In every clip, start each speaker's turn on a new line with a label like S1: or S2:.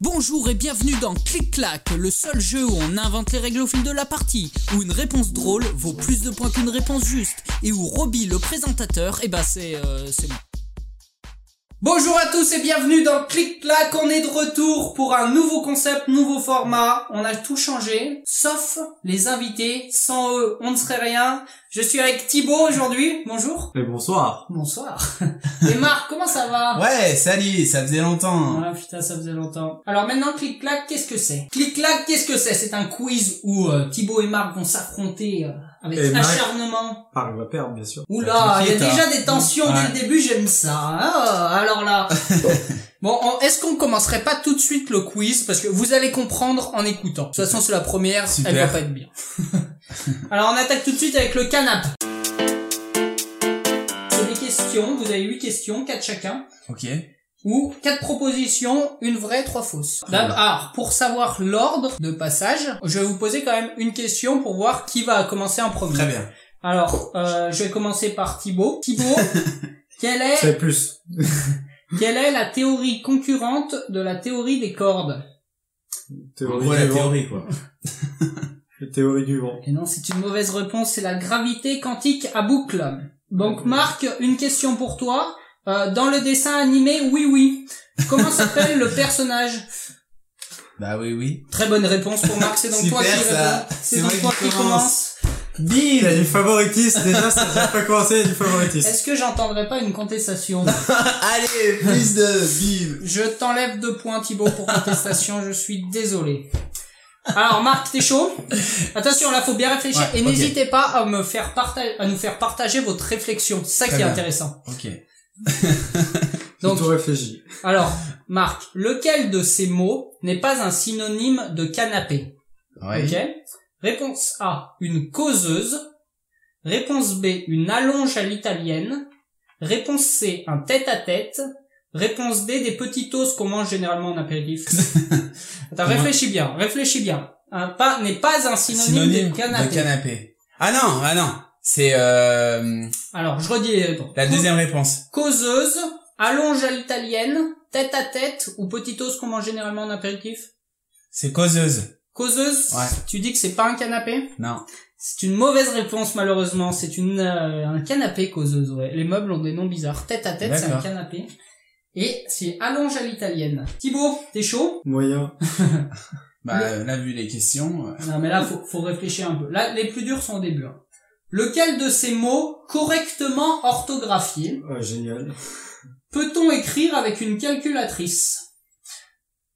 S1: Bonjour et bienvenue dans Clic Clac, le seul jeu où on invente les règles au fil de la partie, où une réponse drôle vaut plus de points qu'une réponse juste, et où Roby le présentateur, eh ben c'est euh, c'est moi. Bonjour à tous et bienvenue dans Clic Clac, on est de retour pour un nouveau concept, nouveau format, on a tout changé, sauf les invités, sans eux on ne serait rien. Je suis avec Thibaut aujourd'hui, bonjour.
S2: Mais bonsoir.
S1: Bonsoir. et Marc, comment ça va
S2: Ouais, salut, ça faisait longtemps.
S1: Ah putain, ça faisait longtemps. Alors maintenant, clic-clac, qu'est-ce que c'est Clic-clac, qu'est-ce que c'est C'est un quiz où euh, Thibaut et Marc vont s'affronter euh, avec
S2: Et Marc-
S1: acharnement.
S3: Ah,
S2: Par va perdre, bien sûr.
S1: Oula, il y a
S2: T'inquiète, hein.
S1: déjà des tensions dès
S2: Ouais.
S1: le début, j'aime ça. Ah, alors là. Bon, on- est-ce qu'on commencerait pas tout de suite le quiz Parce que vous allez comprendre en écoutant. De toute façon, c'est la première,
S2: Super.
S1: elle va pas être bien. Alors, on attaque tout de suite avec le canapé. C'est des questions, vous avez huit questions, quatre chacun
S2: Ok.
S1: ou quatre propositions, une vraie, trois fausses.
S2: Cool.
S1: D'abord, ah, pour savoir l'ordre de passage, je vais vous poser quand même une question pour voir qui va commencer en premier.
S2: Très bien.
S1: Alors, euh, je vais commencer par Thibaut. Thibaut, quelle
S3: Eh.
S1: est
S2: Fais plus.
S1: quelle est la théorie concurrente de la théorie des cordes
S2: En
S3: Théorie
S2: gros, la
S3: du vent.
S2: théorie, quoi.
S3: La théorie du vent.
S1: Et non, c'est une mauvaise réponse. C'est la gravité quantique à boucle. Donc, Marc, une question pour toi. Euh, dans le dessin animé, oui, oui. Comment s'appelle le personnage
S2: Bah oui, oui.
S1: Très bonne réponse pour Marc, c'est donc toi qui
S2: Super, ça.
S1: réponds. C'est
S2: C'est
S1: donc
S2: moi
S1: toi
S2: qui
S1: qui
S2: commence.
S1: commence.
S2: Bim
S3: Il a du favoritisme, déjà, ça n'a pas commencé, il y a du favoritisme.
S1: Est-ce que j'entendrai pas une contestation
S2: Allez, plus de bim
S1: Je t'enlève deux points Thibaut pour contestation, je suis désolé. Alors Marc, t'es chaud Attention, là faut bien réfléchir
S2: Ouais,
S1: et
S2: ok.
S1: n'hésitez pas à me faire partager, à nous faire partager votre réflexion. C'est ça
S2: Très
S1: qui est
S2: bien.
S1: intéressant.
S2: Ok.
S3: J'ai
S1: Donc,
S3: tout réfléchi.
S1: alors Marc, lequel de ces mots n'est pas un synonyme de canapé
S2: Ouais.
S1: Ok. Réponse A, une causeuse. Réponse B, une allonge à l'italienne. Réponse C, un tête-à-tête. Réponse D, des petits toasts qu'on mange généralement en apéritif. Attends,
S2: Comment
S1: réfléchis bien, réfléchis bien. Un pas n'est pas un synonyme, de canapé.
S2: Ah non, ah non. C'est euh,
S1: Alors, je redis les réponses.
S2: la
S1: Cau-
S2: deuxième réponse.
S1: Causeuse, allonge à l'italienne, tête-à-tête ou petits toasts qu'on mange généralement en apéritif.
S2: C'est causeuse.
S1: Causeuse,
S2: Ouais.
S1: tu dis que c'est pas un canapé
S2: Non.
S1: C'est une mauvaise réponse malheureusement. C'est une euh, un canapé causeuse. Ouais. Les meubles ont des noms bizarres. Tête à tête, c'est un
S2: D'accord.
S1: canapé. Et c'est allonge à l'italienne. Thibaut, t'es chaud
S3: Moyen.
S2: Bah euh, là, vu les questions. euh,
S1: Non mais là faut, faut réfléchir un peu. Là les plus durs sont au début. hein. Lequel de ces mots correctement orthographié
S3: Ah, génial.
S1: peut-on écrire avec une calculatrice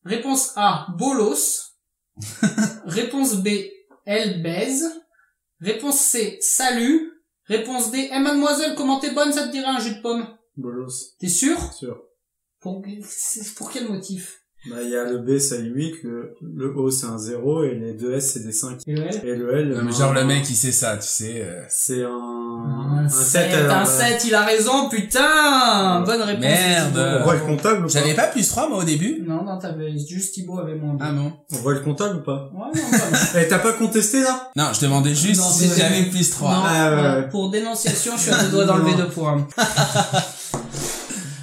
S1: Réponse A bolos. Réponse B elle baise. Réponse C salut. Réponse D Eh mademoiselle comment t'es bonne ça te dirait un jus de pomme
S3: Bolos,
S1: T'es sûr
S3: sûr.
S1: pour, c'est- pour quel motif
S3: Bah, il y a le B, c'est 8, le, le O, c'est un 0, et les deux S, c'est des 5.
S1: Et le L
S3: Et le L,
S2: non, mais
S3: euh,
S2: genre le mec, il sait ça, tu sais. euh.
S3: c'est un,
S1: Un 7,
S3: sept, euh,
S1: Ah, un 7, il a raison, putain
S3: Ouais.
S1: Bonne réponse.
S2: Merde.
S3: euh, On
S1: Thibaut.
S3: voit le comptable ou
S2: J'avais
S3: pas?
S2: pas plus 3 moi au début.
S1: Non, non, t'avais juste Thibaut avait moins deux.
S2: Ah bon.
S3: On voit le comptable ou pas?
S1: Ouais, non, pas mal.
S3: Eh, t'as pas contesté, là?
S2: Non, je demandais juste
S1: Non,
S2: si
S1: c'est-
S2: j'avais plus 3.
S1: Non,
S3: Ah, ouais,
S1: voilà,
S3: ouais.
S1: pour dénonciation, je suis à deux doigts d'enlever
S3: Non.
S1: deux points.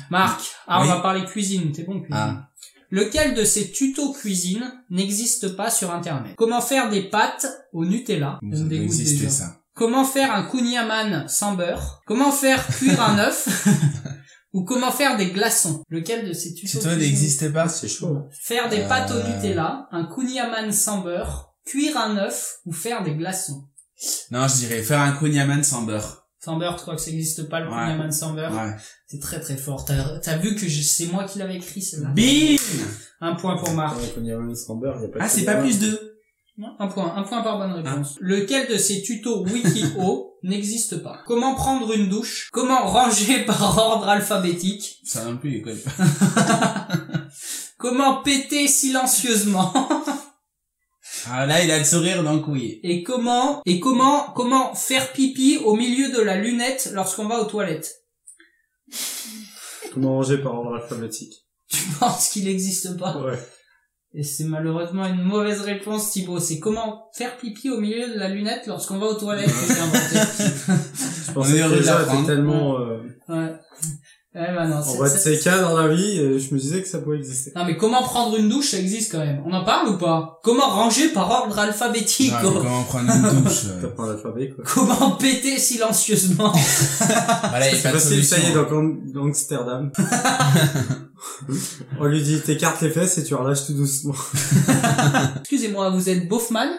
S1: Marc, ah,
S2: Oui.
S1: on va parler cuisine, t'es bon cuisine.
S2: Ah.
S1: Lequel de ces tutos cuisine n'existe pas sur internet Comment faire des pâtes au Nutella
S2: Ça
S1: me
S2: doit
S1: dégoûte
S2: exister,
S1: déjà.
S2: ça.
S1: Comment faire un kouign-amann sans beurre Comment faire cuire un œuf Ou comment faire des glaçons Lequel de ces tutos
S2: Si toi
S1: cuisine
S2: n'existe pas,
S3: C'est chaud.
S1: Faire des pâtes au
S2: Euh.
S1: Nutella, un kouign-amann sans beurre, cuire un œuf ou faire des glaçons.
S2: Non, je dirais faire un kouign-amann sans beurre.
S1: Sans beurre, tu crois que ça n'existe pas le
S2: Ouais.
S1: kouign-amann sans beurre
S2: Ouais.
S1: T'es très très fort. T'as t'as vu que je- c'est moi qui l'avais écrit celle-là.
S2: Bim
S1: Un point pour Marc.
S3: Ouais, quand Ah, il y a un Sandberg, il y a pas
S2: Ah,
S3: de
S2: c'est pas
S3: Sandberg.
S2: plus 2.
S1: Non, Un point, un point par bonne
S2: Hein
S1: réponse. Lequel de ces tutos Wikio n'existe pas Comment prendre une douche Comment ranger par ordre alphabétique
S2: Ça non plus, quoi.
S1: Comment péter silencieusement
S2: Ah, là, il a le sourire dans le couille.
S1: et comment et comment comment faire pipi au milieu de la lunette lorsqu'on va aux toilettes.
S3: Comment ranger par ordre alphabétique?
S1: Tu penses qu'il n'existe pas
S3: Ouais.
S1: Et c'est malheureusement une mauvaise réponse Thibaut, c'est comment faire pipi au milieu de la lunette lorsqu'on va aux toilettes que j'ai inventé.
S3: Je
S2: On
S3: pensais
S2: est heureux
S3: que
S2: de
S3: déjà,
S2: l'apprendre.
S3: t'es tellement, euh,
S1: Ouais. Eh ben non,
S3: En
S1: c'est-
S3: vrai, de
S1: c'est-
S3: ces cas dans la vie, euh, je me disais que ça pouvait exister.
S1: Non mais comment prendre une douche, ça existe quand même. On en parle ou pas Comment ranger par ordre alphabétique
S2: Non, Ah, mais
S1: oh.
S2: comment prendre une douche euh.
S3: T'apprends l'alphabet, quoi.
S1: Comment péter silencieusement
S2: Voilà, il y a
S3: C'est
S2: pas de
S3: facile,
S2: solution.
S3: ça y est, dans Am- dans Amsterdam. On lui dit, t'écartes les fesses et tu relâches tout doucement.
S1: Excusez-moi, vous êtes Bofman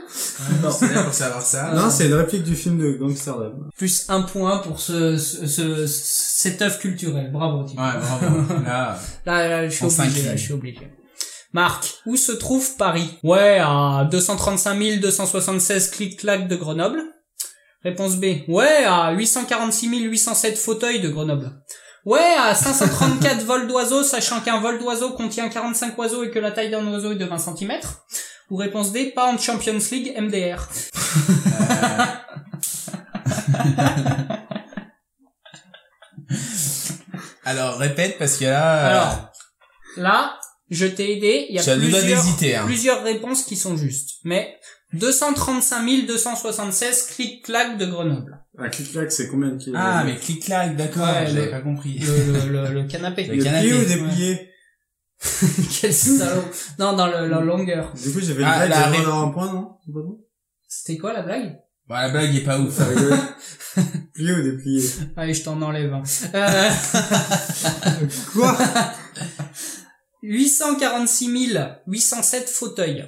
S2: Non, c'est là pour savoir ça.
S3: Non, c'est une réplique du film de Amsterdam.
S1: Plus un point pour ce, ce, ce- cette œuvre culturelle. Bravo. Thibaut.
S2: Ouais, bravo. Là,
S1: Là, là, je suis
S2: On
S1: obligé,
S2: s'incline.
S1: là, je suis obligé. Marc, où se trouve Paris Ouais, à 235 276 clic-clac de Grenoble. Réponse B. Ouais, à 846 807 fauteuils de Grenoble. Ouais, à 534 vols d'oiseaux, sachant qu'un vol d'oiseau contient 45 oiseaux et que la taille d'un oiseau est de 20 cm. Ou réponse D, pas en Champions League MDR.
S2: euh, Alors, répète, parce que là...
S1: Alors, là, je t'ai aidé. Il y a
S2: Tu as le droit
S1: plusieurs,
S2: d'hésiter, hein.
S1: plusieurs réponses qui sont justes. Mais 235 276 clic-clac de Grenoble.
S3: Un clic-clac, Ah, c'est combien de kilos
S2: Ah, mais clic-clac, d'accord,
S1: Ouais,
S2: j'avais
S1: le-
S2: pas compris.
S1: Le, le, le, le canapé.
S2: Le
S3: Des
S2: canapé.
S3: pliés ou des
S1: Ouais.
S3: pliés
S1: Quel salaud. Non, dans le, la longueur.
S3: Du coup, j'avais
S2: Ah,
S3: une
S2: la
S3: blague
S2: ré-
S3: de en point, non C'est pas bon
S1: C'était quoi la blague
S2: Bon, la blague est pas ouf.
S3: Ça rigole. Pliés ou dépliés
S1: Allez, je t'en enlève. un. Euh,
S3: Quoi
S1: 846 807 fauteuils.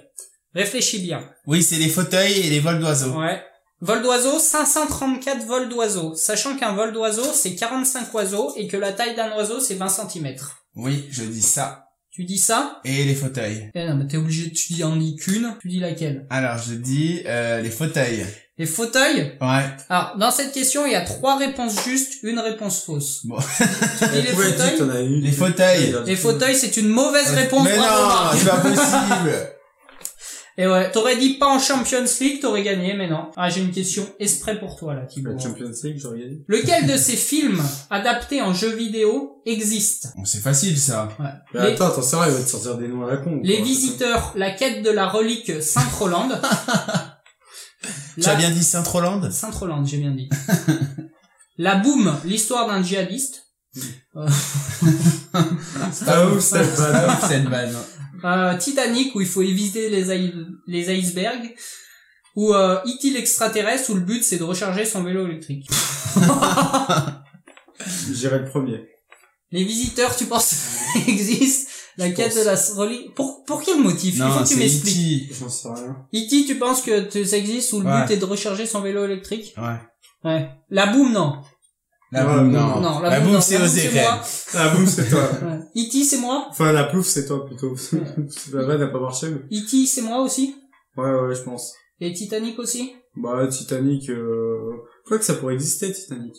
S1: Réfléchis bien.
S2: Oui, c'est les fauteuils et les vols d'oiseaux.
S1: Ouais. Vol d'oiseau, 534 vols d'oiseau. Sachant qu'un vol d'oiseau, c'est 45 oiseaux et que la taille d'un oiseau, c'est 20 cm.
S2: Oui, je dis ça.
S1: Tu dis ça
S2: Et les fauteuils.
S1: Eh non, mais t'es obligé, de- tu dis en dis qu'une, tu dis laquelle
S2: Alors, je dis euh, les fauteuils.
S1: Les fauteuils
S2: Ouais.
S1: Alors, dans cette question, il y a trois réponses justes, une réponse fausse.
S2: Bon.
S1: tu dis les fauteuils
S2: Les fauteuils.
S1: Les fauteuils, c'est une mauvaise réponse.
S2: Euh, Mais
S1: bravo,
S2: non,
S1: Marc.
S2: c'est pas possible.
S1: Et ouais, t'aurais dit pas en Champions League, t'aurais gagné, mais non. Ah, j'ai une question exprès pour toi, là, Thibaut.
S3: La Champions League, j'aurais gagné.
S1: Lequel de ces films adaptés en jeux vidéo existe
S2: Bon, c'est facile, ça.
S1: Ouais.
S3: Mais
S1: Les-
S3: attends, attends, c'est vrai, il va te sortir des noms à la con.
S1: Les
S3: quoi.
S1: visiteurs, la quête de la relique Sainte-Rolande.
S2: Tu
S1: la...
S2: as bien dit Saint-Roland
S1: Sainte-Rolande, j'ai bien dit. la boum, l'histoire d'un djihadiste. Euh,
S2: C'est
S3: pas ouf, cette
S2: Ah C'est
S3: vanne.
S2: pas ouf, cette vanne.
S1: euh, Titanic, où il faut éviter les, aï- les icebergs. Ou euh, E.T. l'extraterrestre, où le but c'est de recharger son vélo électrique.
S3: J'irai le premier.
S1: Les visiteurs, tu penses que ça existe La
S3: Je
S1: quête
S3: pense.
S1: de la relique. Pour, pour quel motif Il faut
S2: Non,
S1: que tu
S2: c'est E
S1: m'expliques.
S2: E.T.
S3: J'en sais rien.
S1: E.T., tu penses que t- ça existe, où le
S2: Ouais.
S1: but est de recharger son vélo électrique
S2: Ouais.
S1: Ouais. La boum, non.
S2: La
S3: Ouais,
S2: boum,
S3: la
S2: non.
S3: boum,
S1: Non, la,
S2: la
S1: boum,
S2: boum,
S1: non,
S2: c'est
S1: la boum,
S2: osé, quand
S1: moi.
S2: même.
S3: Ah, boum, c'est toi.
S1: Ouais. E.T., c'est moi.
S3: Enfin, la plouf, c'est toi plutôt. C'est pas vrai, n'a pas marché. mais-
S1: E.T., E c'est moi aussi.
S3: Ouais, ouais, je pense.
S1: Et Titanic aussi.
S3: Bah, Titanic, euh... quoi que ça pourrait exister, Titanic.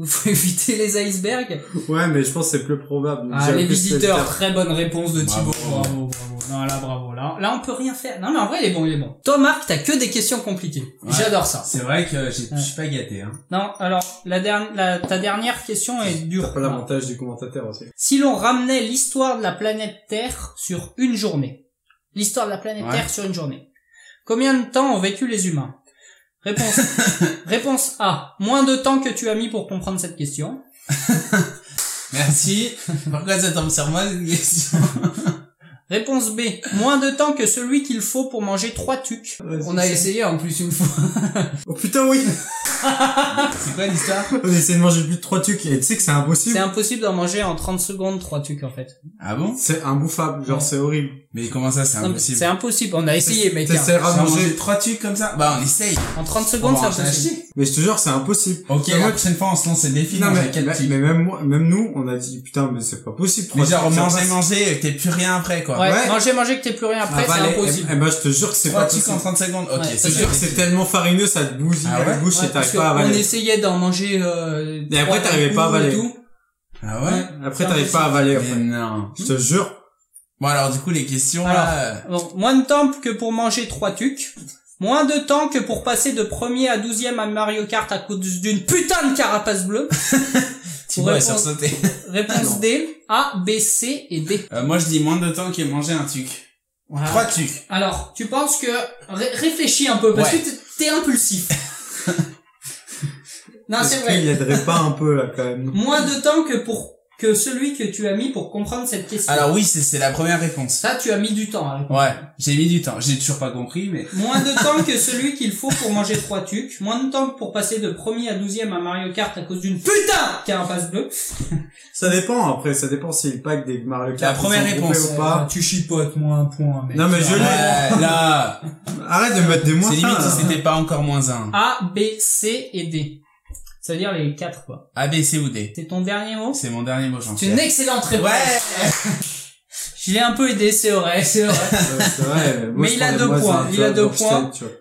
S1: Il faut éviter les icebergs.
S3: Ouais, mais je pense que c'est plus probable.
S1: Ah,
S3: J'irais
S1: les
S3: plus
S1: visiteurs,
S3: Lester.
S1: très bonne réponse de
S2: Bravo.
S1: Thibaut. Bravo, bravo. Non, là, bravo, là. Là, on peut rien faire. Non, mais en vrai, il est bon, il est bon. Toi, Marc, t'as que des questions compliquées.
S2: Ouais.
S1: J'adore ça.
S2: C'est vrai que j'ai- je
S1: Ouais.
S2: suis pas gâté, hein.
S1: Non, alors, la dernière, la, ta dernière question est
S3: T'as
S1: dure.
S3: pas l'avantage du commentateur aussi.
S1: Si l'on ramenait l'histoire de la planète Terre sur une journée, l'histoire de la planète
S2: Ouais.
S1: Terre sur une journée, combien de temps ont vécu les humains Réponse réponse A moins de temps que tu as mis pour comprendre cette question.
S2: Merci. Pourquoi ça tombe sur moi, cette question
S1: Réponse B moins de temps que celui qu'il faut pour manger trois tucs.
S3: Vas-y.
S1: On a essayé en plus une fois.
S3: Oh putain, oui!
S2: C'est quoi l'histoire
S3: On a essayé de manger plus de trois trucs et tu sais que c'est
S1: C'est
S3: impossible.
S1: impossible d'en manger en 30 secondes trois tucs en fait.
S2: Ah bon
S3: C'est imbouffable, genre c'est horrible.
S2: Mais comment ça, c'est
S1: Non, mais C'est impossible.
S2: impossible
S1: On a essayé mec. hein.
S3: T'essaieras de
S2: J'ai
S3: manger.
S2: mangé trois trucs comme ça Bah, on essaye.
S1: En 30 secondes
S2: On
S1: c'est
S2: va en
S1: impossible.
S2: acheter.
S3: Mais je te jure, c'est impossible.
S2: Ok,
S3: Non,
S2: la
S3: moi-
S2: prochaine fois, on se lance des défis.
S3: non,
S2: on
S3: mais,
S2: a quatre
S3: mais,
S2: trucs.
S3: mais même moi, même nous, on a dit, putain, mais c'est pas possible.
S2: Mais
S3: trois
S2: genre,
S3: trucs, ça
S2: manger,
S3: passe.
S2: manger, et que t'aies plus rien après, quoi.
S1: Ouais,
S3: Ouais.
S1: manger manger que t'aies plus rien après
S3: Ah, bah,
S1: c'est
S3: allez,
S1: impossible.
S3: Eh, eh ben, je te jure que c'est
S2: Trois
S3: pas
S2: trucs
S3: possible.
S2: en 30 secondes, ok.
S1: Ouais,
S2: ça,
S3: Je te
S2: j'ai
S3: jure que
S2: compris.
S3: c'est tellement farineux, ça te bousille
S2: Ah
S3: la
S2: ouais
S3: bouche
S1: Ouais,
S3: et
S1: parce
S3: t'arrives pas à
S1: que on
S3: avaler.
S1: essayait d'en manger euh,
S3: Et après,
S1: trois
S3: t'arrivais pas à
S1: coups et
S3: avaler.
S1: tout.
S2: Ah ouais
S3: Après, t'arrives pas à avaler,
S2: Mais
S3: après.
S2: non.
S3: Je te jure.
S2: Bon, alors, du coup, les questions,
S1: Alors.
S2: là... euh,
S1: Bon, moins de temps que pour manger trois tucs. Moins de temps que pour passer de premier à douzième à Mario Kart à cause d'une putain de carapace bleue.
S2: Thibaut a
S1: répondre-
S2: sursauté.
S1: Réponse
S3: Ah Non.
S1: D, A, B, C et D.
S2: Euh, moi, je dis moins de temps que manger un truc.
S1: Voilà.
S2: Trois trucs.
S1: Alors, tu penses que... ré- réfléchis un peu, parce
S2: Ouais.
S1: que t'es- t'es impulsif. non,
S3: Est-ce
S1: Ah, c'est vrai.
S3: qu'il aiderait pas un peu, là, quand même.
S1: Moins de temps que pour que celui que tu as mis pour comprendre cette question.
S2: Alors oui, c'est c'est la première réponse.
S1: Ça, tu as mis du temps. à répondre.
S2: Ouais, j'ai mis du temps. J'ai toujours pas compris, mais
S1: Moins de temps que celui qu'il faut pour manger trois tucs. Moins de temps que pour passer de premier à douzième à Mario Kart à cause d'une putain qui a un passe bleu.
S3: Ça dépend après, ça dépend si le pack des Mario Kart.
S2: La
S3: ils
S2: première
S3: sont groupés
S2: réponse.
S3: Ou pas.
S1: tu chipotes, moi un point, mec.
S3: Non mais je
S2: Ouais,
S3: l'ai.
S2: là,
S3: Arrête de mettre des moins
S2: c'est limite
S3: fins, là.
S2: si c'était pas encore moins un.
S1: A, B, C et D. C'est-à-dire les quatre, quoi.
S2: A, B, C ou D.
S1: C'est ton dernier mot?
S2: C'est mon dernier mot,
S1: C'est une
S2: Jean-Pierre.
S1: excellente réponse.
S2: Ouais.
S1: Je l'ai un peu aidé, c'est vrai, c'est vrai.
S3: Ouais, c'est vrai, moi,
S1: Mais
S3: je
S1: il a
S3: prends
S1: deux
S3: les moins
S1: points,
S3: un,
S1: il
S3: tu
S1: a
S3: vois,
S1: deux
S3: donc je
S1: points.
S3: t'aide, tu vois.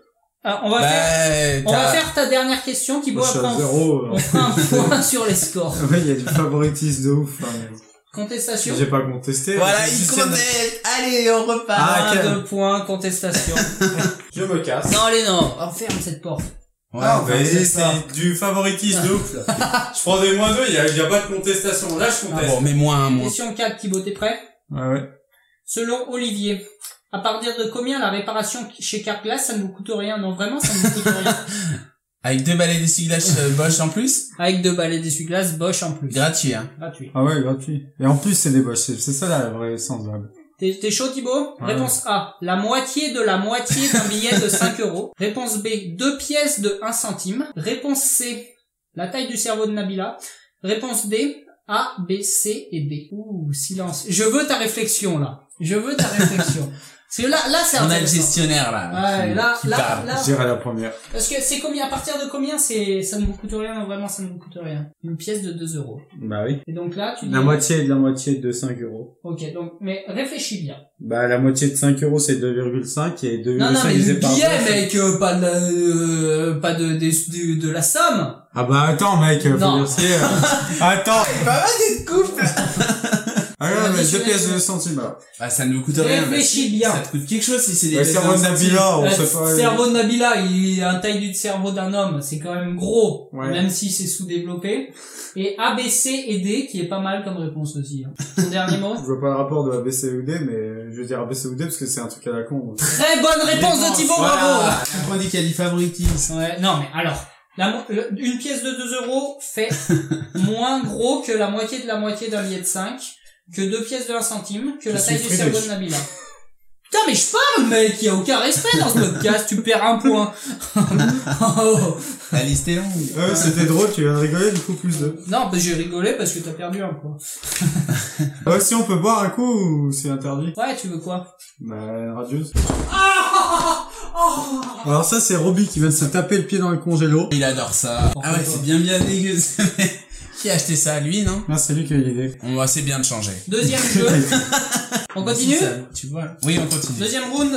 S1: Ah, on va faire,
S2: Bah,
S1: on va
S2: t'as-
S1: faire ta dernière question qui
S3: Moi,
S1: doit
S3: je suis à
S1: prendre
S3: zéro. euh. alors.
S1: On fera un point sur les scores.
S3: Ouais, il y a du favoritisme de ouf. hein, mais
S1: Contestation.
S3: J'ai pas contesté. hein.
S2: Voilà,
S3: mais
S2: il
S3: juste-
S2: conteste. Allez, on repart.
S3: Ah,
S1: un,
S3: quel-
S1: deux points, contestation.
S3: Je me casse.
S1: non, allez, non. On ferme cette porte.
S2: Ouais,
S3: Ah,
S2: bah,
S3: vas-y,
S2: c'est ça.
S3: c'est du favoritisme de ouf, là. Je prends des moins deux, il y a, il y a pas de contestation. Là, je
S2: Ah, bon, mais moins un, moins.
S1: Question 4, Thibaut, t'es prêt?
S3: Ouais, Ah ouais.
S1: Selon Olivier, à partir de combien la réparation chez Carglass, ça ne vous coûte rien? Non, vraiment, ça ne vous coûte rien.
S2: Avec deux balais d'essuyage euh, Bosch en plus,
S1: Avec deux balais d'essuie-glace, Bosch en plus.
S2: gratuit, hein.
S1: Gratuit.
S3: Ah ouais, gratuit. Et en plus, c'est des boches. C'est c'est ça, là, le vrai sens de la
S1: T'es t'es chaud, Thibaut
S3: Ouais.
S1: Réponse A. La moitié de la moitié d'un billet de 5 euros. Réponse B. Deux pièces de 1 centime. Réponse C. La taille du cerveau de Nabila. Réponse D. A, B, C et D. Ouh, silence. Je veux ta réflexion, là. Je veux ta réflexion. Parce que là, là, c'est
S2: On a le
S1: intéressant.
S2: gestionnaire, là.
S1: Ouais,
S2: qui-
S1: là,
S2: qui
S1: là,
S2: parle.
S1: là.
S3: Je dirais la première.
S1: Parce que c'est combien, à partir de combien c'est, ça ne vous coûte rien, non, vraiment, ça ne vous coûte rien. Une pièce de 2 euros.
S3: Bah oui.
S1: Et donc là, tu dis.
S3: La moitié de la moitié de 5 euros.
S1: Ok, donc, mais réfléchis bien.
S3: Bah, la moitié de 5 euros, c'est 2,5 et 2,5
S1: Non, non, mais le
S3: divisé par
S1: billet,
S3: deux, c'est-
S1: mec, euh, pas de, la- euh, pas de, des- du- de, la somme.
S3: Ah bah, attends, mec, faut
S1: Non.
S3: verser, euh, Attends.
S2: Pas mal cette couple
S3: Ah ouais, mais
S1: Additionnel.
S3: deux pièces de centimes, alors.
S2: Bah, ça ne nous coûte rien.
S1: Réfléchis
S2: mais
S1: bien.
S2: Ça te coûte quelque chose si c'est des
S3: Le cerveau de Nabila, Ah, on
S1: Le
S3: sait pas. euh,
S1: cerveau de Nabila, il a la taille du cerveau d'un homme, c'est quand même gros,
S3: Ouais.
S1: même si c'est sous-développé. Et ABC et D, qui est pas mal comme réponse aussi. Hein. Ton dernier mot
S3: Je vois pas le rapport de ABCUD, E mais je veux dire ABCUD parce que c'est un truc à la con. donc.
S1: Très bonne réponse de Thibaut, bravo
S2: On dit qu'elle y favoritis.
S1: Ouais, Euh, non mais alors, la mo- le- une pièce de 2 euros fait moins gros que la moitié de la moitié d'un billet de 5, que deux pièces de 1 centime, que
S3: Je
S1: la
S3: suis
S1: taille du
S3: Friedrich.
S1: cerveau de Nabila. Putain mais je parle mec, y a aucun respect dans ce podcast, tu perds un point. Oh.
S2: La liste est longue.
S3: Euh, c'était drôle, tu viens de rigoler, du coup, plus deux.
S1: Non, bah, j'ai rigolé parce que t'as perdu un point.
S3: Euh, si on peut boire un coup ou c'est interdit?
S1: Ouais, tu veux quoi
S3: Bah, Radius.
S1: Ah Oh
S3: Alors ça, c'est Roby qui vient de se taper le pied dans le congélo.
S2: Il adore ça.
S1: Pourquoi
S2: Ah ouais,
S1: pas
S2: c'est bien bien dégueu. ce mec. Qui a acheté ça Lui, non
S3: Ah, c'est lui qui a eu l'idée.
S2: On va, c'est bien de changer.
S1: Deuxième jeu, on continue
S2: Si ça- Tu vois. là. Oui, on continue.
S1: Deuxième round,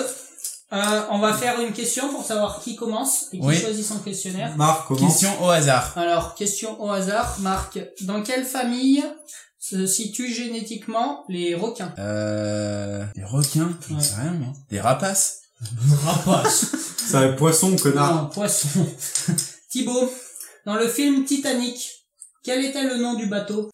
S1: euh, on va faire une question pour savoir qui commence et qui
S2: Oui.
S1: choisit son questionnaire.
S3: Marc, comment?
S2: Question au hasard.
S1: Alors, question au hasard, Marc. Dans quelle famille se situent génétiquement les requins
S2: Euh... Des requins Je
S1: Ouais.
S2: sais rien, moi. Des rapaces
S1: Rapace.
S3: C'est un poisson, connard.
S1: non, poisson. Thibaut, dans le film Titanic, quel était le nom du bateau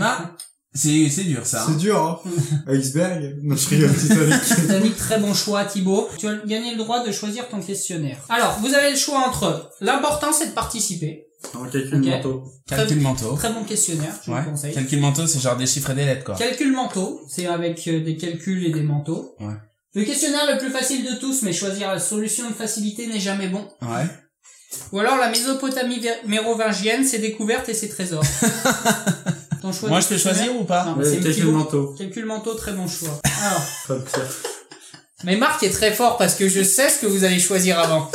S1: Ah,
S2: C'est c'est dur, ça.
S3: C'est
S2: hein.
S3: dur, hein. Iceberg. Non, je rigole, Titanic.
S1: Titanic, très bon choix, Thibaut. Tu as gagné le droit de choisir ton questionnaire. Alors, vous avez le choix entre l'important, c'est de participer.
S3: En calcul
S1: Ok.
S3: mentaux.
S2: Calcul mentaux.
S1: Très bon questionnaire, je
S2: Ouais.
S1: vous le conseille.
S2: Calcul mentaux, c'est genre des chiffres et des lettres, quoi.
S1: Calcul mentaux, c'est avec euh, des calculs et des manteaux.
S2: Ouais.
S1: Le questionnaire le plus facile de tous, mais choisir la solution de facilité n'est jamais bon.
S2: Ouais.
S1: Ou alors la Mésopotamie ver- mérovingienne, ses découvertes et ses trésors. Ton choix
S2: Moi,
S1: de
S2: je peux
S1: questionnaire
S2: choisir ou pas
S1: Non, mais
S3: Ouais,
S1: c'est une
S3: calcul
S1: petite-
S3: mentaux.
S1: Calcul mentaux, très bon choix. Alors,
S3: Pas de pire.
S1: mais Marc est très fort parce que je sais ce que vous allez choisir avant.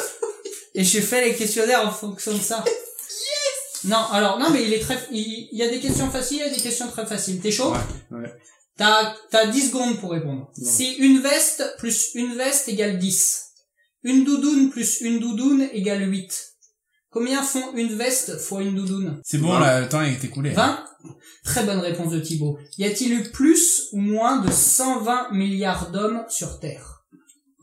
S1: Et j'ai fait les questionnaires en fonction de ça. Non, alors non, mais il est très. Il, il y a des questions faciles et des questions très faciles. T'es chaud
S3: Ouais, ouais.
S1: T'as t'as 10 secondes pour répondre.
S3: Ouais.
S1: Si une veste plus une veste égale 10. Une doudoune plus une doudoune égale 8. Combien font une veste fois une doudoune
S2: C'est bon,
S3: Vingt.
S2: là, le temps est écoulé.
S1: 20 Très bonne réponse de Thibaut. Y a-t-il eu plus ou moins de 120 milliards d'hommes sur Terre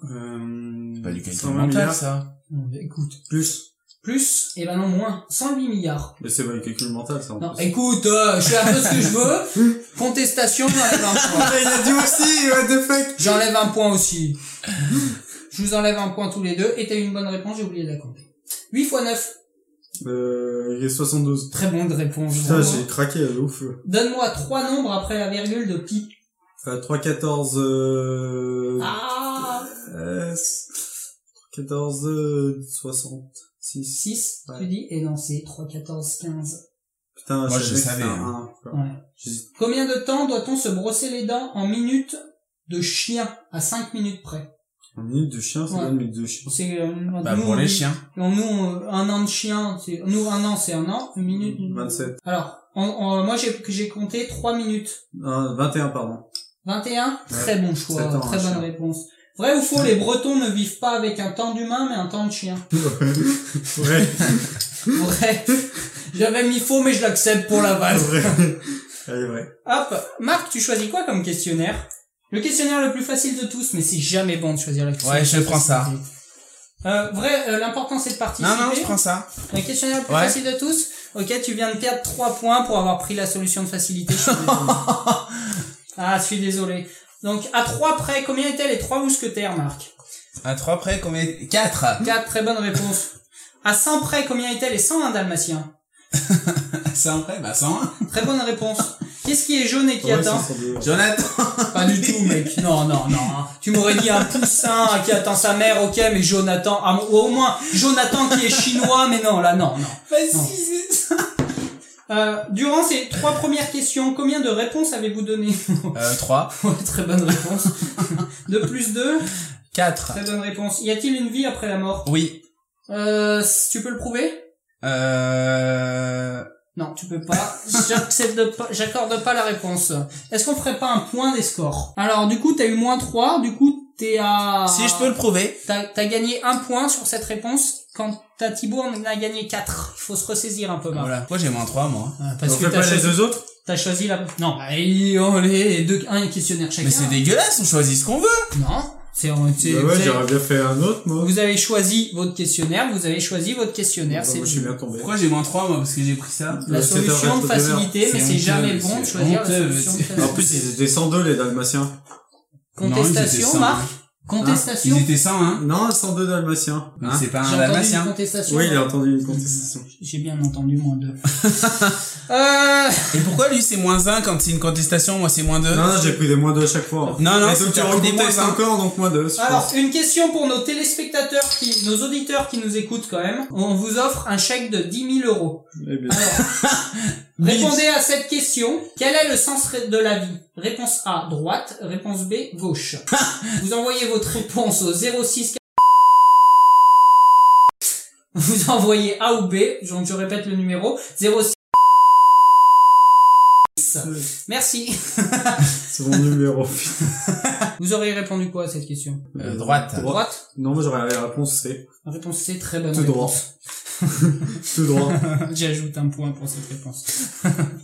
S3: Euh,
S2: Pas du calcul
S3: 120
S2: mental,
S3: milliards.
S2: ça.
S1: Bon, bah, Écoute.
S3: Plus.
S1: Plus Eh ben non, moins. 108 milliards.
S3: Mais c'est pas du calcul mental, ça, en
S1: Non,
S3: plus.
S1: écoute, euh, je fais un peu ce que je veux. Contestation, j'enlève un point.
S3: Ah, il a dit aussi, what the fuck?
S1: J'enlève un point aussi. Je vous enlève un point tous les deux. Et t'as eu une bonne réponse, j'ai oublié de la compter. 8 x 9.
S3: Euh, il est 72.
S1: Très bonne réponse.
S3: Putain,
S1: vraiment.
S3: j'ai craqué, là, de ouf.
S1: Donne-moi trois nombres après la virgule de pi.
S3: Enfin, 3, 14, euh...
S1: Ah
S3: euh, 14, euh, 66.
S1: 6, tu
S3: Ouais.
S1: dis Et non, c'est 3, 14, 15.
S3: Putain,
S2: Moi,
S3: je
S2: je savais,
S3: que c'était
S2: hein.
S3: un un, quoi.
S1: Ouais.
S3: J'ai-
S1: Combien de temps doit-on se brosser les dents en minutes de chien à 5 minutes près
S3: Une minute de chien, c'est
S1: Ouais.
S3: pas une minute de chien.
S1: C'est euh,
S2: Bah,
S1: nous,
S2: pour
S1: on
S2: les
S1: dit-
S2: chiens.
S1: on- nous on- un an de chien, c'est nous un an c'est un an, une minute. une-
S3: 27.
S1: Alors, on- on- moi j'ai j'ai compté 3 minutes.
S3: Ah, 21, pardon.
S1: 21,
S3: Ouais.
S1: très bon choix,
S3: Sept ans,
S1: très
S3: un
S1: bonne
S3: chien.
S1: réponse. Vrai ou faux, les Bretons ne vivent pas avec un temps d'humain mais un temps de chien.
S3: ouais,
S1: Vrai. J'avais mis faux mais je l'accepte pour la vanne.
S3: vrai. Allez, vrai.
S1: Hop, Marc, tu choisis quoi comme questionnaire Le questionnaire le plus facile de tous, mais c'est jamais bon de choisir le questionnaire.
S2: Ouais, je
S1: le plus
S2: prends ça.
S1: facile. Euh, vrai, euh, l'important c'est de participer.
S2: Non, non, je prends ça.
S1: Le questionnaire le plus
S2: Ouais.
S1: facile de tous. Ok, tu viens de perdre 3 points pour avoir pris la solution de facilité. Je suis désolé. ah, je suis désolé. Donc, à 3 près, combien étaient les 3 mousquetaires, Marc
S2: À 3 près, combien 4
S1: 4, très bonne réponse. À 100 près, combien étaient les 101 dalmatiens
S2: À 100 près, bah 101.
S1: Très bonne réponse. Qu'est-ce qui est jaune et qui
S3: Ouais,
S1: attend
S3: ça sent de-
S2: Jonathan
S1: Pas du tout, mec. Non, non, non. hein. Tu m'aurais dit un poussin qui attend sa mère, ok, mais Jonathan, ah, ou au moins Jonathan qui est chinois, mais non, là, non, non.
S2: Bah
S1: Non.
S2: si, c'est ça
S1: Euh, durant ces trois premières questions, combien de réponses avez-vous donné
S2: Euh, 3.
S1: Ouais, Très bonne réponse. De plus deux,
S2: 4.
S1: très bonne réponse. Y a-t-il une vie après la mort
S2: Oui.
S1: Euh, tu peux le prouver
S2: Euh...
S1: Non, tu peux pas. J'accepte pas, j'accorde pas la réponse. Est-ce qu'on ferait pas un point des scores Alors, du coup, t'as eu moins 3, du coup, t'es à...
S2: Si je peux le prouver.
S1: T'as t'as gagné un point sur cette réponse quand t'as Thibaut en a gagné quatre. Il faut se ressaisir un peu, Marc.
S2: Voilà. Pourquoi j'ai moins 3, moi
S1: Ah,
S3: On
S1: Parce que
S3: fait
S1: t'as
S3: pas les
S1: choisi,
S3: deux autres?
S1: t'as choisi la... Non, allez, allez, deux, un questionnaire chacun.
S2: Mais c'est dégueulasse, on choisit ce qu'on veut.
S1: Non, c'est... c'est-
S3: Bah
S1: vous,
S3: ouais,
S1: avez,
S3: j'aurais bien fait un autre, moi.
S1: vous avez choisi votre questionnaire, vous avez choisi votre questionnaire.
S3: Bah,
S1: c'est
S3: moi, je suis bien tombé.
S2: Pourquoi j'ai moins 3, moi Parce que j'ai pris ça.
S1: la
S3: Euh, c'était un
S1: solution de
S3: reste d'honneur.
S1: facilité, mais
S2: C'est
S1: c'est
S2: honteux,
S1: jamais bon de
S2: c'est
S1: choisir
S2: honteux,
S1: la solution de
S2: monsieur.
S1: facilité.
S3: En plus, ils étaient 102, les Dalmatiens.
S1: Contestation,
S2: Non, ils étaient
S1: Marc
S2: Ils
S1: Contestation
S2: étaient 100, hein
S3: Non, 102 Dalmatiens.
S2: Mais
S3: Hein
S2: c'est pas
S1: J'ai
S2: un
S1: entendu une
S2: dalmatien.
S1: contestation.
S3: oui, il a entendu une contestation.
S1: J'ai bien entendu moins deux. euh...
S2: Et pourquoi lui c'est moins 1 quand c'est une contestation, moi c'est moins 2
S3: Non, non, j'ai pris des moins deux à chaque fois.
S2: Non, non,
S3: Et
S2: c'est
S3: donc tu
S2: t'as pris des
S3: recomptes
S2: moins, hein.
S3: encore, donc moins deux, je
S1: Alors,
S3: pense.
S1: une question pour nos téléspectateurs, qui, nos auditeurs qui nous écoutent quand même. On vous offre un chèque de 10 000 euros.
S3: Eh bien,
S1: Alors, répondez à cette question. Quel est le sens ré- de la vie Réponse A, droite. Réponse B, gauche. vous envoyez votre réponse au 06... Vous envoyez A ou B, donc je répète le numéro, 06... Merci.
S3: c'est mon numéro.
S1: Vous auriez répondu quoi à cette question
S2: Euh, droite.
S1: Droite
S3: Non, moi j'aurais la réponse C.
S1: Réponse C, très bonne
S3: Tout droit.
S1: réponse.
S3: Tout droit.
S1: J'ajoute un point pour cette réponse.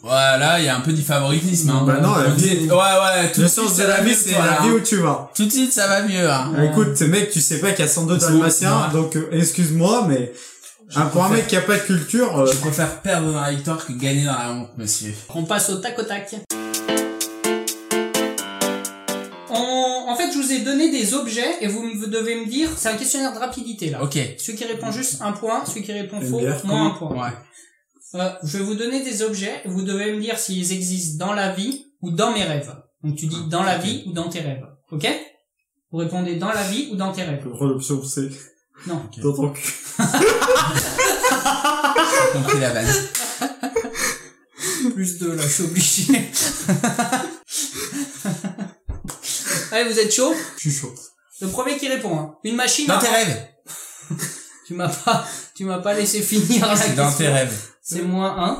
S2: Voilà, il y a un peu du favoritisme. Hein.
S3: Bah non, la
S2: On dit-
S3: vie-
S2: Ouais, ouais, tout
S3: Le
S2: de suite
S3: sens de
S2: ça
S3: la
S2: va
S3: vie,
S2: mieux,
S3: c'est
S2: toi,
S3: la
S2: là,
S3: vie
S2: hein.
S3: où tu vas.
S2: Tout de suite ça va mieux. Hein.
S3: Ah, Écoute, mec, tu sais pas qu'il y a 102
S2: Ils sont-
S3: Dalmatiens,
S2: Ouais.
S3: donc euh, excuse-moi, mais un- pour un
S2: préfère-
S3: mec qui a pas de culture, euh,
S2: Je préfère perdre dans la victoire que gagner dans la honte, monsieur.
S1: On passe au tac au tac. On- En fait, je vous ai donné des objets et vous me- vous devez me dire, c'est un questionnaire de rapidité là.
S2: Ok. Ouais.
S1: Celui qui répond juste un point, celui qui répond
S3: Une
S1: faux,
S3: bière,
S1: moins un
S3: comment
S1: point. Euh, je vais vous donner des objets et vous devez me dire s'ils existent dans la vie ou dans mes rêves. Donc tu
S3: Ah,
S1: dis dans la vie ou dans tes rêves. Ok Vous répondez dans la vie ou dans tes rêves.
S3: je prends l'option C.
S1: Non.
S3: Dans ton cul.
S2: J'ai compris la vanne.
S1: Plus deux là, je suis obligé. Allez, vous êtes chaud
S3: Je suis chaud.
S1: Le premier qui répond. hein. Une machine.
S2: Dans
S1: à-
S2: tes rêves.
S1: Tu m'as pas, tu m'as pas laissé finir la
S2: Ah, C'est dans
S1: question.
S2: tes rêves.
S1: C'est moins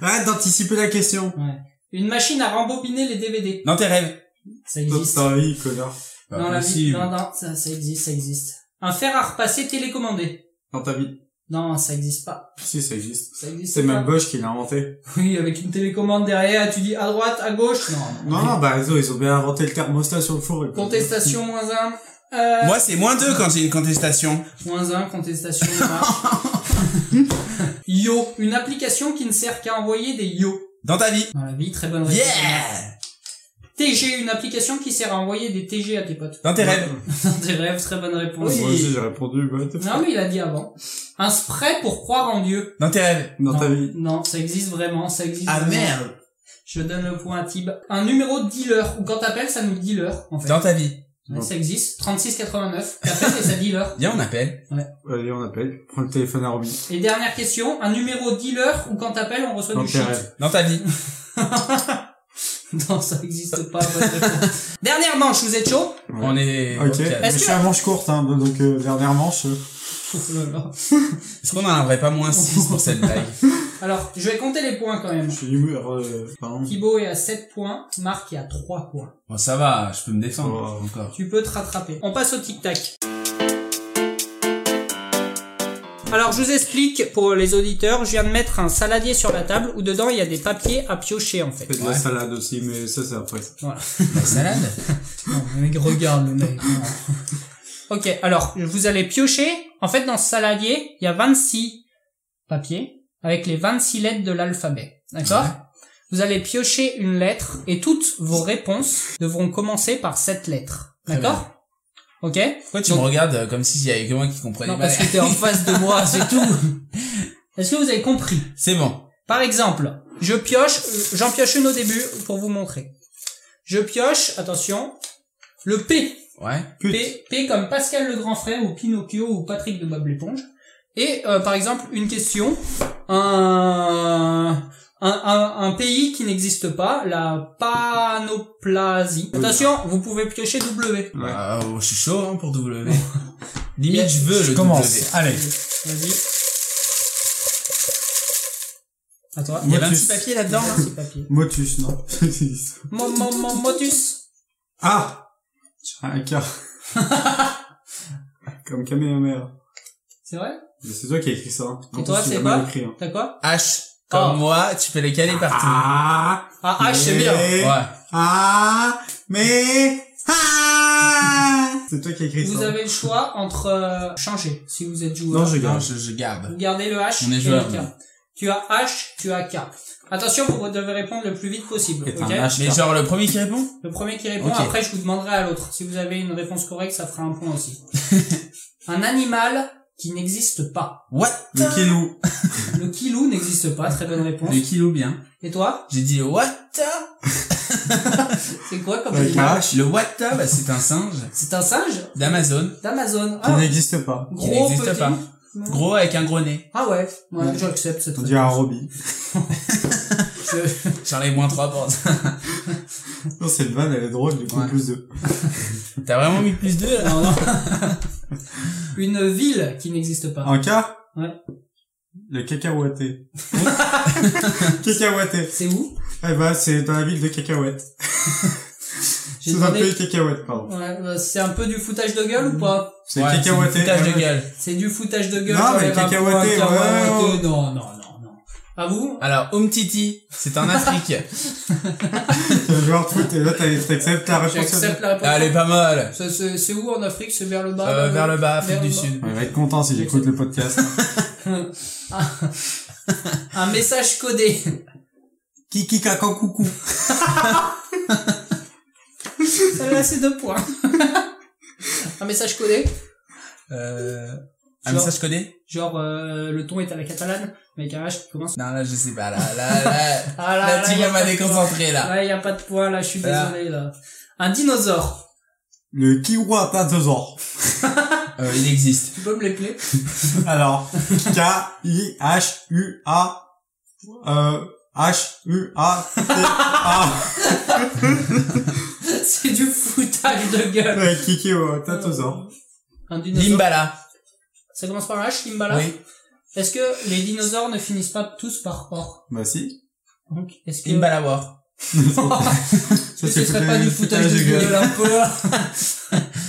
S3: Arrête d'anticiper la question.
S1: 1. Ouais. Une machine à rembobiner les DVD.
S2: Dans tes rêves.
S1: Ça
S3: Toi,
S1: existe.
S3: ta vie, connard.
S2: Pas
S1: dans la vie.
S2: possible.
S1: Non, non, ça, ça existe, ça existe. Un fer à repasser télécommandé.
S3: Dans ta vie.
S1: Non, ça existe pas.
S3: Si, ça existe.
S1: Ça existe hein.
S3: C'est
S1: pas.
S3: même Bosch qui l'a inventé.
S1: Oui, avec une télécommande derrière, tu dis à droite, à gauche. Non.
S3: Non, non, bah, ils ont- ils ont bien inventé le thermostat sur le four. et puis-
S1: Contestation moins 1. Euh,
S2: Moi c'est moins 2 quand j'ai une contestation.
S1: Moins 1, contestation. moins. yo, une application qui ne sert qu'à envoyer des yo.
S2: Dans ta vie.
S1: Dans la vie, très bonne réponse.
S2: Yeah
S1: TG, une application qui sert à envoyer des TG à tes potes.
S2: Dans tes rêves.
S1: Dans tes rêves, très bonne réponse.
S3: Moi aussi, j'ai répondu. bah, what the
S1: Non, mais il a dit avant. Un spray pour croire en Dieu.
S2: Dans tes rêves.
S3: Dans
S1: non,
S3: ta vie.
S1: Non, ça existe vraiment, ça existe
S2: Ah
S1: vraiment.
S2: merde.
S1: Je donne le point à Tib. Un numéro de dealer, ou quand t'appelles, ça nous dealer, en fait.
S2: Dans ta vie.
S1: Ouais, ça existe. 3689. T'appelles et ça dealer.
S2: Viens, on appelle.
S3: Allez, on appelle. Prends le téléphone à Robin.
S1: Et dernière question, un numéro dealer, ou quand t'appelles, on reçoit
S3: Dans
S1: du
S3: tes
S1: shit.
S3: rêves.
S2: Dans ta vie.
S1: non, ça existe pas. bonne réponse. dernière manche, vous êtes chaud
S3: Ouais.
S2: On est.
S3: Ok. Mais
S1: Est-ce
S3: je
S1: que-
S3: suis à manche courte, hein, donc euh, dernière manche. euh,
S1: Oh
S2: Est-ce qu'on en aurait pas moins 6 pour cette blague
S1: Alors, je vais compter les points quand même.
S3: Je suis d'humeur. Euh, pardon.
S1: Thibaut est à 7 points, Marc est à 3 points.
S2: Bon, Oh, ça va, je peux me défendre
S3: Oh.
S2: encore.
S1: Tu peux te rattraper. On passe au tic-tac. Alors, je vous explique pour les auditeurs, je viens de mettre un saladier sur la table où dedans il y a des papiers à piocher en fait.
S3: Fais de la
S2: Ouais.
S3: salade aussi, mais ça, c'est après.
S2: La salade
S1: Non, mais regarde le mec. non. ok, alors vous allez piocher. En fait, dans ce saladier, il y a 26 papiers avec les 26 lettres de l'alphabet. D'accord
S2: Ouais.
S1: Vous allez piocher une lettre et toutes vos réponses devront commencer par cette lettre.
S2: Très
S1: D'accord Ok
S2: Pourquoi tu
S1: Donc-
S2: me regardes euh, comme s'il y avait que moi qui comprenais
S1: Non,
S2: pas
S1: parce que t'es en face de moi, c'est tout. Est-ce que vous avez compris
S2: C'est bon.
S1: Par exemple, je pioche, euh, j'en pioche une au début pour vous montrer. Je pioche, attention, le P.
S2: Ouais.
S3: Pute.
S1: P, P comme Pascal le grand frère ou Pinocchio ou Patrick de Bob l'éponge. Et euh, par exemple une question, un un, un, un pays qui n'existe pas, la panoplasie. Attention, vous pouvez piocher W.
S3: Ouais.
S2: Ah, oh, je suis chaud hein, pour W. Limite, je veux
S4: Je
S2: le
S4: commence.
S2: W.
S4: Allez.
S1: Vas-y. À toi.
S2: Il y avait un
S3: Motus.
S2: petit papier là-dedans. là.
S1: C'est hein, papier.
S3: Motus, non.
S1: Mo- mo- mo- Motus.
S3: ah! J'ai un quart. Comme Kamehameha.
S1: C'est vrai
S3: Mais c'est toi qui as écrit ça. hein.
S1: Et
S3: En
S1: toi,
S3: plus, tu
S1: c'est
S3: l'as mal
S1: quoi
S3: écrit, hein.
S1: T'as quoi
S2: H. Comme
S1: Oh.
S2: moi, tu peux les caler partout.
S3: Ah!
S1: Ah, H, c'est bien.
S3: Mais-
S2: Ouais.
S3: Ah! Mais! Ah! C'est toi qui as écrit
S1: Vous
S3: ça.
S1: avez le choix entre euh, changer si vous êtes joueur.
S3: Non, je
S2: Non,
S3: garde.
S2: je, je garde.
S1: Vous gardez le H
S2: On est
S1: et
S2: joueur,
S1: le K.
S2: nous.
S1: Tu as H, tu as K. Attention, vous devez répondre le plus vite possible.
S3: Et
S1: ok
S3: un H,
S2: Mais
S3: là.
S2: genre, le premier qui répond
S1: le premier qui répond,
S2: Ok.
S1: après je vous demanderai à l'autre. Si vous avez une réponse correcte, ça fera un point aussi. un animal qui n'existe pas.
S2: What
S3: Le Kilou.
S1: Le kilou n'existe pas, très bonne réponse.
S2: Le kilo bien.
S1: Et toi,
S2: J'ai dit what
S1: c'est quoi comme
S3: Le
S1: animal
S3: K.
S2: Le what bah, c'est un singe
S1: C'est un singe
S2: d'Amazon.
S1: d'Amazon.
S3: Qui
S1: Ah,
S3: n'existe pas.
S2: Qui
S1: gros
S2: n'existe
S1: petit.
S2: pas. Gros avec un gros nez.
S1: Ah ouais, ouais j'accepte cette
S3: On dirait un
S1: réponse.
S3: Roby.
S1: Je-
S2: J'enlève moins 3 pour ça.
S3: Non, c'est le van, elle est drôle, du coup,
S2: Ouais.
S3: plus deux.
S2: T'as vraiment mis plus 2 là
S1: Non, non. Une ville qui n'existe pas.
S3: Un quart?
S1: Ouais.
S3: Le cacahuaté. cacahuaté.
S1: C'est où
S3: Eh ben, c'est dans la ville de Cacahuète.
S1: J'ai
S3: C'est un
S1: demandé-
S3: pays cacahuète, pardon.
S1: Ouais, bah, c'est un peu du foutage de gueule ou pas
S3: C'est
S2: Ouais,
S3: cacahuaté. Eh ben,
S2: une foutage de
S3: ouais.
S2: gueule.
S1: C'est du foutage de gueule.
S3: Non,
S1: j'enlève
S3: mais
S1: un point,
S3: cacahuaté,
S1: cacahuaté,
S3: ouais.
S1: Non, non, non, non. Ah À vous
S2: Alors, Umtiti, c'est en Afrique.
S3: T'es un joueur de foot et là, t'as- t'acceptes la réponse.
S1: J'accepte la réponse.
S2: Ah, elle est pas mal.
S1: Ça, C'est c'est où en Afrique C'est vers le bas
S2: Euh,
S1: là,
S2: vers le bas,
S1: Ah, vers
S2: Afrique du
S1: le bas.
S2: Sud.
S3: Ouais, il va être content si j'écoute le podcast.
S1: Un message codé.
S2: Kiki cacan coucou.
S1: Celle-là, c'est deux points. un message codé
S2: Euh, un
S1: Genre-
S2: message codé
S1: Genre, euh, le ton est à la catalane, mais avec un H qui commence.
S2: Non, là, je sais pas. Là, là, là.
S1: Ah
S2: là,
S1: il
S2: tu
S1: y a
S2: vas m'a
S1: pas de points.
S2: déconcentré là.
S1: Là, il n'y a pas de poids, là, je suis
S2: Là.
S1: désolé, là. Un dinosaure.
S3: le kiwa patasaur.
S2: Euh, il existe.
S1: Tu peux me les plaire
S3: Alors, K-I-H-U-A, euh, H-U-A-T-A,
S1: C'est du foutage de gueule.
S3: le kikiwa patasaur.
S1: Un dinosaure.
S2: Limbala.
S1: Ça commence par un H, Limbala.
S2: Oui.
S1: Est-ce que les dinosaures ne finissent pas tous par or
S3: Bah si.
S1: Donc, est-ce que
S2: Limbala War.
S1: Est-ce que ce
S3: c'est
S1: serait
S3: foutage-
S1: pas du foutage de gueule un peu là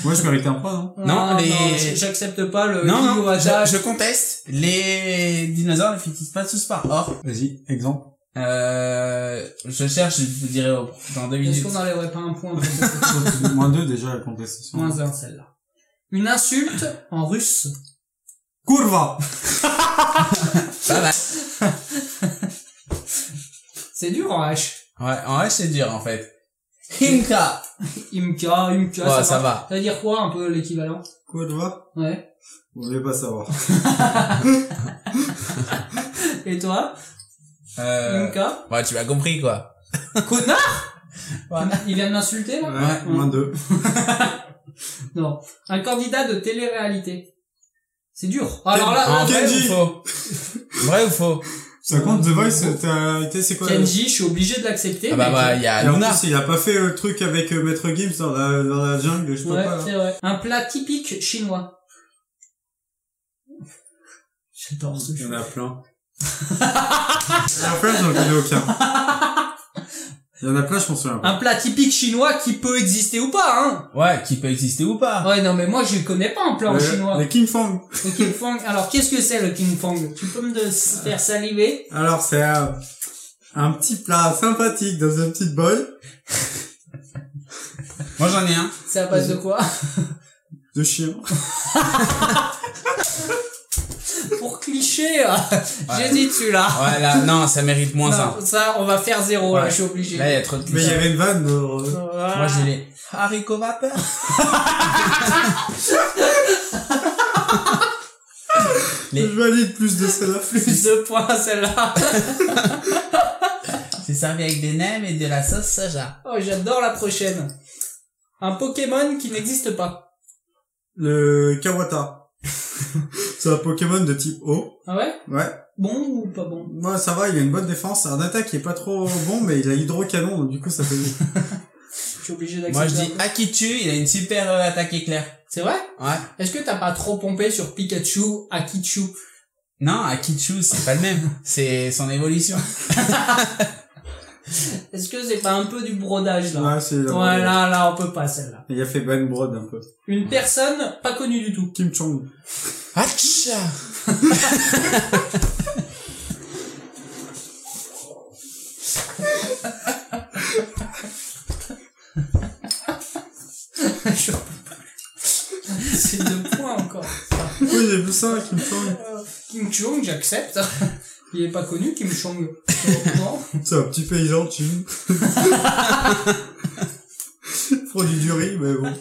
S3: Moi, je mérite un hein. point, non
S2: Non, les-
S1: j- j'accepte pas le
S2: Non,
S1: Lilo
S2: non, je,
S1: Ada.
S2: je conteste. Les dinosaures ne finissent pas tous par or.
S3: Vas-y, exemple.
S2: Euh, je cherche, je vous dirai au- dans deux
S1: Est-ce
S2: minutes.
S1: qu'on n'enlèverait pas un point pour
S3: Moins deux, déjà, la contestation.
S1: moins un celle-là Une insulte en russe.
S3: Kurva!
S2: Pas mal.
S1: C'est dur en H.
S2: Ouais, en vrai, c'est dur, en fait. Imka.
S1: Imka, Imka,
S2: Ouais,
S1: ça,
S2: ça
S1: va.
S2: va.
S1: Ça veut dire quoi, un peu, l'équivalent
S3: Quoi, toi
S1: Ouais.
S3: Vous voulez pas savoir.
S1: Et toi
S2: Euh,
S1: Imka
S2: Ouais, tu m'as compris, quoi.
S1: Connard Il vient de m'insulter, là
S2: Euh.
S3: Ouais, moins deux.
S1: Non. Un candidat de télé-réalité. C'est dur. Alors là,
S3: Ah,
S1: là,
S3: Kenji.
S2: Vrai ou faux Vrai ou faux
S3: Ça compte, The Voice, t'as été, c'est quoi euh,
S1: Kenji, je suis obligé de l'accepter.
S2: Ah bah,
S1: mais-
S2: bah, il y a
S3: Et en
S2: Luna.
S3: plus, il a pas fait le truc avec euh, Maître Gibbs dans la, dans la jungle, je sais
S1: Ouais,
S3: pas. là.
S1: c'est vrai. Un plat typique chinois. J'adore ce
S3: Il y
S1: jeu.
S3: en a plein. Il y en a plein, j'en connais aucun. Il y en a plein, je m'en souviens pas.
S1: Un plat typique chinois qui peut exister ou pas, hein.
S2: Ouais, qui peut exister ou pas.
S1: Ouais, non, mais moi, je connais pas un plat en
S3: Le-
S1: chinois.
S3: le Euh, King Fong.
S1: Le King Fong. Alors, qu'est-ce que c'est le King Fong Tu peux me de- faire saliver
S3: Alors, c'est euh, un petit plat sympathique dans une petite bol
S2: Moi, j'en ai un.
S1: C'est à base de quoi
S3: de chien.
S1: Pour cliché, hein. j'hésite celui-là.
S2: Ouais, là, non, ça mérite moins un.
S1: Non, ça, on va faire zéro, là,
S2: Ouais.
S1: je suis obligé.
S2: Là, il y a trop de
S3: Mais il y
S2: clichés.
S3: avait une vanne. euh, dans-
S1: Voilà.
S2: Moi, j'ai les haricots vapeur. Les-
S3: Je valide plus de celle-là.
S1: plus de points à celle-là.
S2: C'est servi avec des nems et de la sauce soja.
S1: Oh, j'adore la prochaine. Un Pokémon qui n'existe pas.
S3: Le Kawata. c'est un Pokémon de type O.
S1: Ah ouais
S3: Ouais.
S1: Bon ou pas bon
S3: Moi, ça va, il a une bonne défense. Un attaque qui est pas trop bon, mais il a hydrocanon, donc du coup, ça fait...
S1: Je suis obligé
S2: Moi,
S1: d'accepter.
S2: je dis Akitu, il a une super euh, attaque éclair.
S1: C'est vrai
S2: Ouais.
S1: Est-ce que t'as pas trop pompé sur Pikachu, Akichu
S2: Non, Akichu, c'est pas le même. C'est son évolution.
S1: Est-ce que c'est pas un peu du brodage, là
S3: Ouais, c'est... la
S1: Ouais,
S3: bonne.
S1: là, là, on peut pas, celle-là.
S3: Il a fait Ben Brod, un peu.
S1: Une personne pas connue du tout.
S3: Kim Chong.
S2: Atcha
S1: Je peux pas. c'est deux points encore.
S3: Oui, j'ai vu ça, Kim Chong.
S1: Kim Chung, j'accepte. Il est pas connu, Kim Chung. Non.
S3: C'est un petit paysan, tu Produit du riz, mais bon.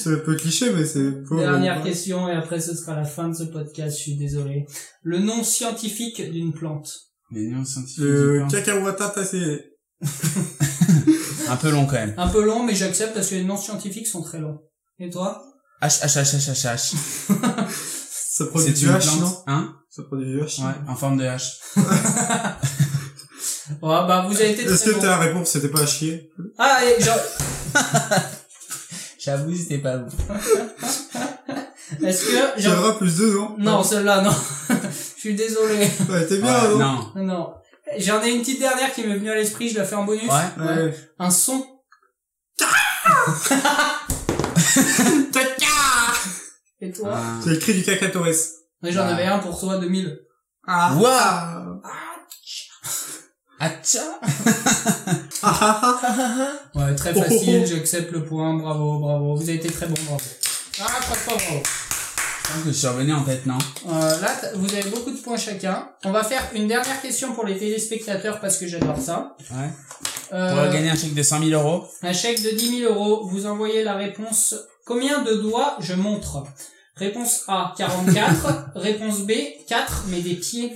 S3: C'est un peu cliché, mais c'est... pour-
S1: Dernière question, et après ce sera la fin de ce podcast, je suis désolé. Le nom scientifique d'une plante.
S2: Les noms scientifiques. du
S3: Le
S2: plan.
S3: cacahuata tassé.
S2: Un peu long quand même.
S1: Un peu long, mais j'accepte parce que les noms scientifiques sont très longs. Et toi
S2: H, H, H, H, H, H.
S3: Ça produit
S2: C'est
S3: du
S2: une
S3: H, non
S2: plante. Hein?
S3: Ça produit du H.
S2: Ouais, en forme de H.
S1: Ouais, bah vous avez été
S3: Est-ce
S1: très
S3: que
S1: bons.
S3: ta réponse c'était pas à chier
S1: Ah, et genre,
S2: J'avoue, c'était pas vous.
S1: est-ce que...
S3: Tu
S1: Genre...
S3: auras plus de non
S1: Non, celle-là, non. je suis désolé.
S3: Ouais, t'es bien,
S2: Ouais,
S3: non,
S2: non.
S1: Non. J'en ai une petite dernière qui m'est venue à l'esprit, je la fais en bonus.
S2: Ouais.
S3: Ouais.
S1: Un son. Et toi
S2: Ah.
S3: C'est le cri du cacatorès.
S1: Ouais, J'en
S2: Ouais.
S3: Bah.
S1: avais un pour toi, 2000.
S3: Ah.
S2: Waouh.
S3: Ah.
S2: Atcha
S3: Ah, ah, ah.
S1: Ouais, très
S3: Oh, oh,
S1: facile,
S3: oh.
S1: j'accepte le point, bravo, bravo. Vous avez été très bon, bravo. Ah, pas de point, bravo.
S2: Je pense que je suis revenu en tête, non?
S1: Euh, là, t- vous avez beaucoup de points chacun. On va faire une dernière question pour les téléspectateurs parce que j'adore ça.
S2: Ouais.
S1: Euh,
S2: Pour gagner un chèque de 100 000 euros.
S1: Un chèque de 10 000 euros, vous envoyez la réponse combien de doigts je montre Réponse A, 44. réponse B, 4, mais des pieds.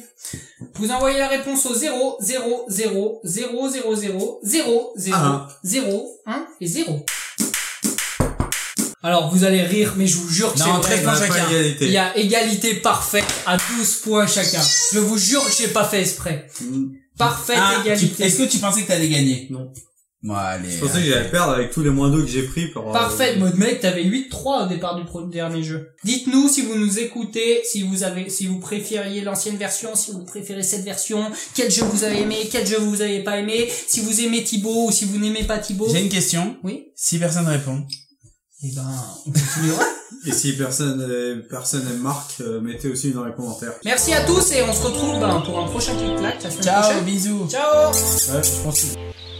S1: Vous envoyez la réponse au 0, 0, 0, 0, 0, 0, 0, 0,
S3: Ah.
S1: 0, 1 et 0. Alors, vous allez rire, mais je vous jure que c'est
S2: Non,
S1: vrai.
S2: très
S3: On a
S2: Chacun.
S3: pas
S1: Il y
S3: égalité.
S1: a égalité parfaite à 12 points chacun. Je vous jure que j'ai pas fait exprès.
S3: Mm.
S1: Parfaite
S2: Ah, tu-
S1: égalité.
S2: Est-ce que tu pensais que t'allais gagner?
S3: Non.
S2: Bon, allez. euh,
S3: Je pensais que j'allais perdre avec tous les moins d'eau que j'ai pris pour. euh,
S1: Parfait, mode mec, t'avais 8-3 au départ du pro- dernier jeu. Dites-nous si vous nous écoutez, si vous avez, si vous préfériez l'ancienne version, si vous préférez cette version, quel jeu vous avez aimé, quel jeu vous avez pas aimé, si vous aimez Thibaut ou si vous n'aimez pas Thibaut.
S2: J'ai une question.
S1: Oui.
S2: Si personne répond.
S1: Eh ben, on continuera.
S3: Et si personne, euh, personne aime Marc, euh, mettez aussi dans les commentaires.
S1: Merci à tous et on se retrouve ben, pour un prochain clic-clac la semaine
S2: Ciao,
S1: prochaine.
S2: bisous.
S1: Ciao
S3: Ouais, je pense que